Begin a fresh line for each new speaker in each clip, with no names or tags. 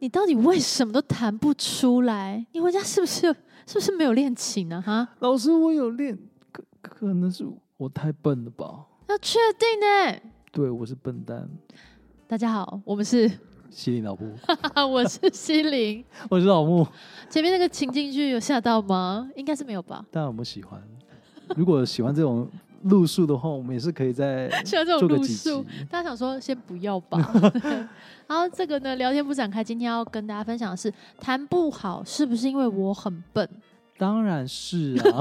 你到底为什么都弹不出来？你回家是不是是不是没有练琴啊？哈，
老师，我有练，可可能是我太笨了吧？
要确定呢、
对，我是笨蛋，
大家好，我们是，
西林 老木，
我是西林。
我是老木，
前面那个情境剧有吓到吗？应该是没有吧。
大家有没有喜欢？如果喜欢这种路数的话，我们也是可以 再
喜欢这
做
种
个
路
几
数
集，。
大家想说先不要 吧。然后这个呢，聊天不展开。今天要跟大家分享的是，弹不好是不是因为我很笨？
当然是啊，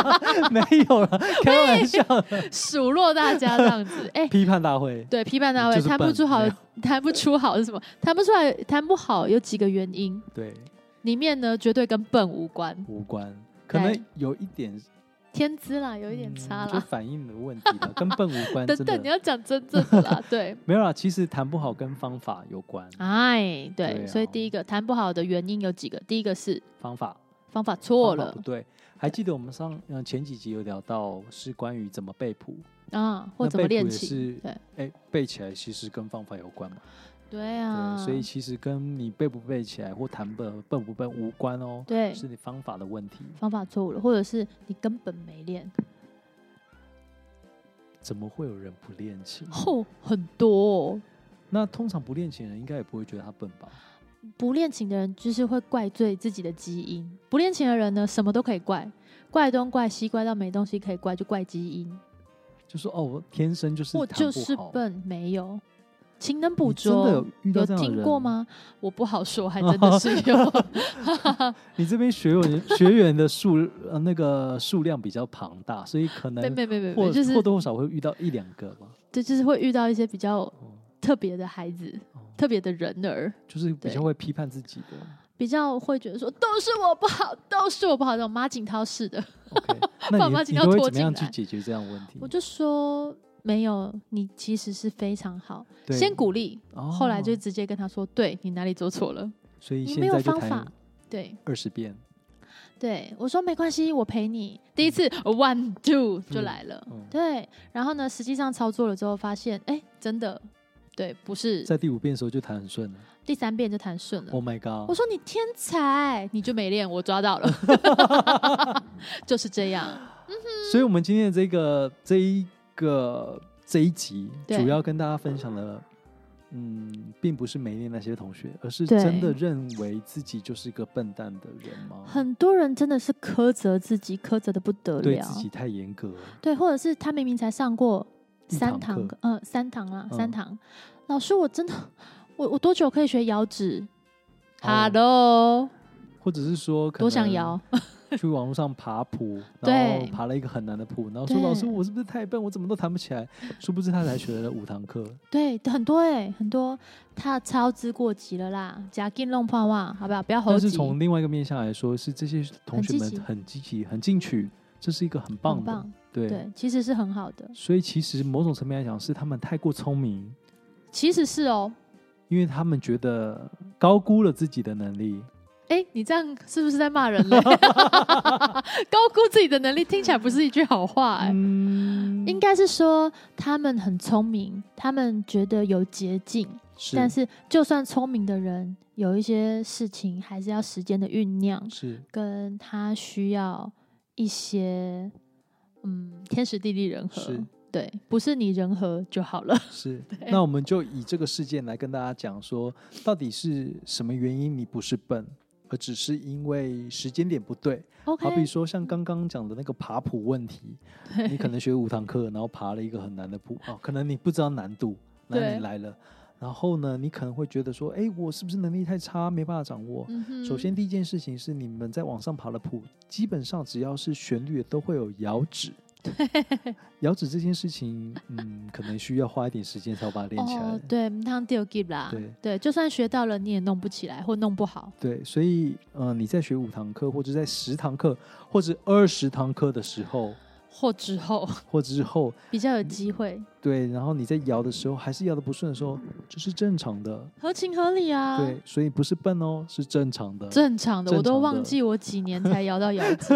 没有了， 开玩笑的，
数落大家这样子，哎、
批判大会。
对，批判大会
就是
弹不
笨
出好
没有，
弹不出好是什么？弹不出来，弹不好有几个原因，
对，
里面呢绝对跟笨无关，
无关，可
对
能有一点
天资啦，有一点
嗯
差
就
啦。
反应的问题了，跟笨无关，
等
真
等，你
的
要讲真正的啦， 对，
没有啦。其实弹不好跟方法有关，
哎，对，
对啊
所以第一个弹不好的原因有几个，第一个是
方法
方法错
方法
了
不对。还记得我们上呃前几集有聊到是关于怎么背谱，
啊，或
那
怎么
背谱
练
也
琴
是，
对
哎，背起来其实跟方法有关嘛。
对啊，
对，所以其实跟你背不背起来或弹笨笨不笨无关哦，
对
是你方法的问题，
方法错误了，或者是你根本没练，
怎么会有人不练琴？
后、很多、哦。
那通常不练琴的人应该也不会觉得他笨吧？
不练琴的人就是会怪罪自己的基因，不练琴的人呢，什么都可以怪，怪东怪西，怪到没东西可以怪，就怪基因。
就说哦，我天生就是
我
弹
就
不
是
好
笨，没有勤能
你
补
真的
拙
有。遇到
有
这样的
听
人
过？吗？我不好说，还真的 是有。
你这边学员学员的数呃那个数量比较庞大，所以可能
没没没没
或
没，就是
或多或少会遇到一两个吧。
对，就是会遇到一些比较
哦
特别的孩子、
哦
特别的人儿，
就是比
对
较会批判自己 的。
比较会觉得说都是我不好，都是我不好，这种马景涛式的。
OK，
爸
那
妈
你
今天
你
要
都会
拖
怎么样
进
去
来
解决这样的问题
我？就说没有，你其实是非常好，
对
先鼓励，
哦
后来就直接跟他说，对你哪里做错了，
所以
你
现
没有
在就
方
弹
法对
二十遍，
对，我说没关系，我陪你。第一次呃 one two 就来了，
嗯
对，然后呢，实际上操作了之后发现，哎、真的，对，不是
在第五遍的时候就弹很顺了。
第三遍就弹顺了。
Oh my
我
god！
说你天才，你就没练，我抓到了， 就是这样。
所以我们今天的这个这一个这一集，
对
主要跟大家分享的，嗯，并不是没练那些同学，而是
对
真的认为自己就是一个笨蛋的人吗？
很多人真的是苛责自己，苛责的不得了，
对自己太严格了。
对，或者是他明明才上过
一
三
堂
堂
课，
嗯、呃，三堂啦，三
嗯
堂。老师，我真的，我我多久可以学摇指
哦
？Hello，
或者是说，
多想摇，，
去网络上爬谱，然后
对
爬了一个很难的谱，然后说
对
老师，我是不是太笨，我怎么都弹不起来？殊不知他才学了五堂 课，
对，很多哎、很多，他操之过急了啦，假劲弄破哇，好不好？不要猴
但
急，
是从另外一个面向来说，是这些同学
很积
们
极
很积极、很进取，这是一个很棒
很
的，
棒，
对。
对，其实是很好的，
所以其实某种层面来讲，是他们太过聪明，
其实是哦、
因为他们觉得高估了自己的能力。
哎、你这样是不是在骂人嘞？ 高估自己的能力听起来不是一句好话哎、
嗯，
应该是说他们很聪明，他们觉得有捷径，
是
但是就算聪明的人，有一些事情还是要时间的酝酿，
是
跟他需要一些嗯天时地利人和
是，
对，不是你人和就好 了。
是，那我们就以这个事件来跟大家讲说，到底是什么原因你不是笨，而只是因为时间点不对。
OK，
好比说像刚刚讲的那个爬谱问题，你可能学五堂课，然后爬了一个很难的谱，哦，可能你不知道难度，然后
对
你来了，然后呢，你可能会觉得说，哎，我是不是能力太差，没办法掌握？
嗯哼
首先，第一件事情是，你们在网上爬的谱，基本上只要是旋律都会有摇 指。摇指这件事情，嗯，可能需要花一点时间才要把它练起来。
哦，对，唔当丢 give 啦，
对
就算学到了，你也弄不起来或弄不好。
对，所以，呃，你在学五堂课，或者在十堂课，或者二十堂课的时候，
或之后
或之后，
比较有
嗯
机会，
对，然后你在摇的时候，还是摇的不顺的时候，这是正常的。
合情合理啊。
对，所以不是笨哦，是正常的。
正常的，我
正
都
常的
忘记我几年才摇到摇 指，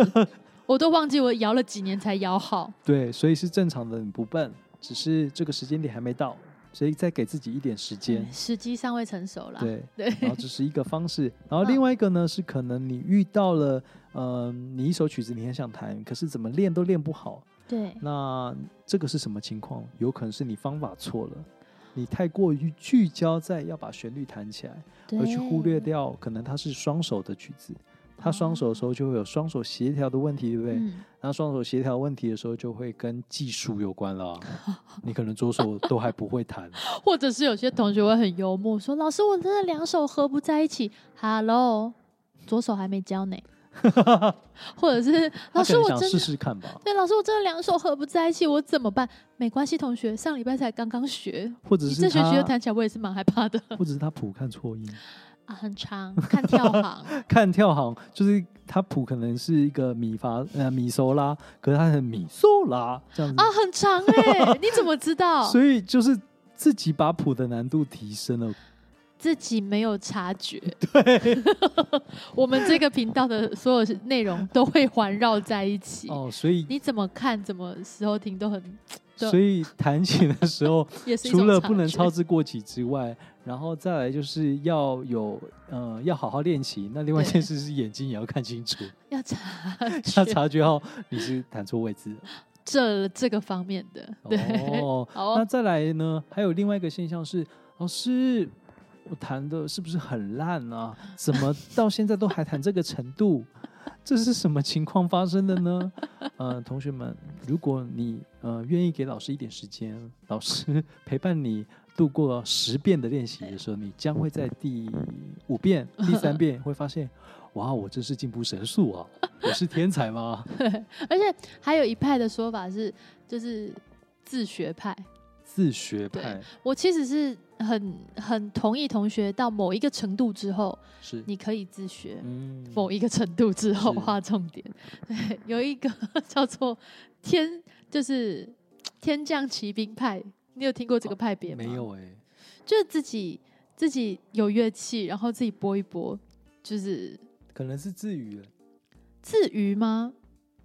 我都忘记我摇了几年才摇好。
对，所以是正常的，你不笨，只是这个时间点还没到。所以再给自己一点时间
嗯，时机尚未成熟啦。
对，
对
然后这是一个方式，然后
嗯
另外一个呢是可能你遇到了，呃，你一首曲子你很想弹，可是怎么练都练不好，
对
那这个是什么情况？有可能是你方法错了，你太过于聚焦在要把旋律弹起来，
对，哦
而去忽略掉可能它是双手的曲子，它双手的时候就会有双手协调的问题，对不对？
嗯，
然后双手协调问题的时候，就会跟技术有关 了啊。你可能左手都还不会弹，
或者是有些同学会很幽默说：“老师，我真的两手合不在一起。”Hello，左手还没教 呢。或者是老
他可
师，
能
我
想
真
试
的
试看吧，
对老师，我真的两手合不在一起，我怎么办？没关系，同学，上礼拜才刚刚学，
或者
你
是
这学期就
他
弹起来，我也是蛮害怕的
或者是他谱看错音，
啊，很长，看跳行，
看跳行就是他谱可能是一个米发呃米索拉，可是他很米索拉这样 子
啊，很长哎、你怎么知道？
所以就是自己把谱的难度提升了。
自己没有察觉。 对，我们这个频道的所有内容都会环绕在一起。
哦，所以
你怎么看，怎么时候听都很对
所以弹琴的 时候，
也是一种
除了
察
不能
觉
操之过急之外，然后再来就是要有呃要好好练习。那另外一
对
件事是眼睛也要看清 楚，
要察
要
觉
察觉到你是弹错位置了。
这这个方面的，对，
哦，
好
那
哦，
再来呢，还有另外一个现象是，老师。我弹的是不是很烂啊？怎么到现在都还弹这个程度？ 这是什么情况发生的呢？呃，同学们，如果你呃愿意给老师一点时间，老师陪伴你度过十遍的练习的时候，你将会在第五 遍、第三遍会发现，哇，我真是进步神速 啊！我是天才吗？
而且还有一派的说法是，就是自学派。
自学派
我其实是很很同意同学到某一个程度之后，
是，
你可以自学。
嗯
某一个程度之后
是
划重点，对，有一个 叫做天，就是天降奇兵派，你有听过这个派别吗？
没，有哎、
就是自己自己有乐器，然后自己拨一拨，就是
可能是自娱了。
至于吗？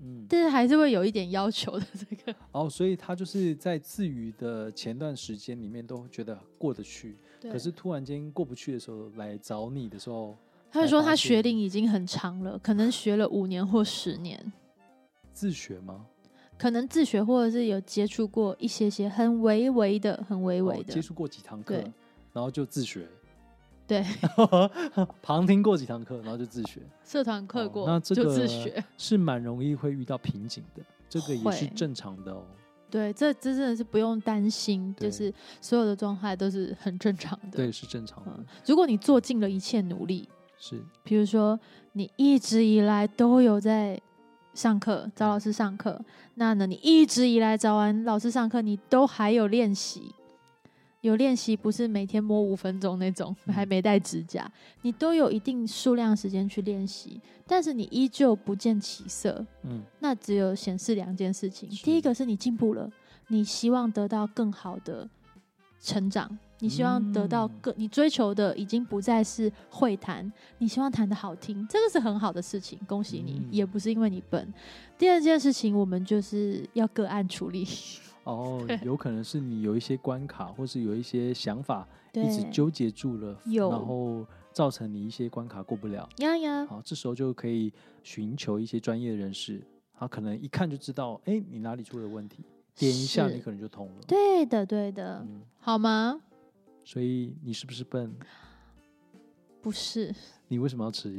嗯，
但是还是会有一点要求的。这 个
哦，所以他就是在自娱的前段时间里面都觉得过得去，
对
可是突然间过不去的时候来找你的时候，
他会说他学
才发现
龄已经很长了，可能学了五年或十年，
自学吗？
可能自学或者是有接触过一些些很微微的、很微微
哦
的。
接触过几堂课
对，
然后就自学，
对，
旁听过几堂课，然后就自学，
社团课
哦
过、
那这
就
个
自学。
是蛮容易会遇到瓶颈的，这个也是
会
正常的哦。
对，这这真的是不用担心，
对
就是所有的状态都是很正常的。
对，是正常的
嗯，，如果你做尽了一切努力，
是
比如说你一直以来都有在上课找
嗯
老师上课，那呢，你一直以来找完老师上课，你都还有练习，有练习不是每天摸五分钟那种，
嗯
还没带指甲，你都有一定数量时间去练习，但是你依旧不见起色，
嗯，
那只有显示两件事情：
是
第一个是你进步了，你希望得到更好的成长，你希望得到
嗯
更、你追求的已经不再是会弹，你希望弹的好听，这个是很好的事情，恭喜你，
嗯
也不是因为你笨。第二件事情，我们就是要个案处 理，
哦
对，
有可能是你有一些关卡，或是有一些想法
对
一直纠结住了，
有嗯
然后造成你一些关卡过不了。
呀呀，
好，这时候就可以寻求一些专业人士，他可能一看就知道，哎，你哪里出了问题，点一下
是
你可能就通了。
对的对的，
嗯，
好吗？
所以你是不是笨？
不是，
你为什么要迟疑？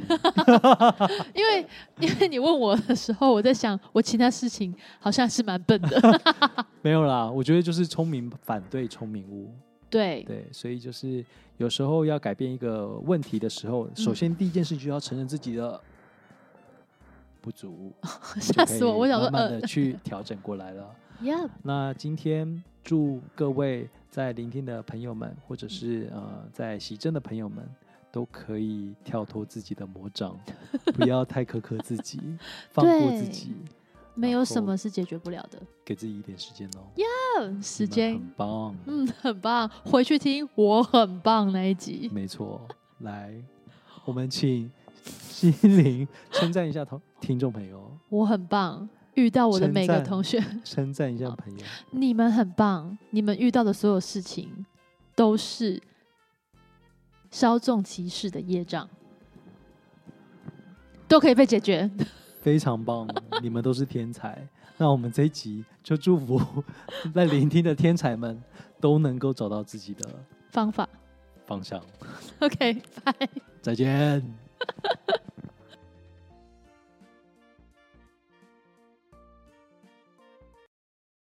因为 因为你问我的时候，我在想，我其他事情好像是蛮笨的，
没有啦，我觉得就是聪明反对聪明误。
对
对，所以就是有时候要改变一个问题的时候，
嗯
首先第一件事就要承认自己的不足，
吓死我！我想说，
慢慢
呃
的去调整过来了。
，Yep。
那今天祝各位在聆听的朋友们，或者是
嗯
呃在习真的朋友们，都可以跳脱自己的魔掌， 不要太苛刻自己，放过自
对
己，
没
然
有什
后
么是解决不了的。
给自己一点时间哦。
嗯，时
你们
间
很，棒，
嗯，很棒，回去听我很棒那一集。
没错。来，我们请心灵称赞一下同听众朋友，
我很棒，遇到我的
称
每个
赞
同学，
称赞一下
好
朋友，
你们很棒，你们遇到的所有事情都是稍纵即逝的业障，都可以被解决。
非常棒， 你们都是天才。那我们这一集就祝福 在聆听的天才们都能够找到自己的
方法
方向。
，OK，拜。
再见。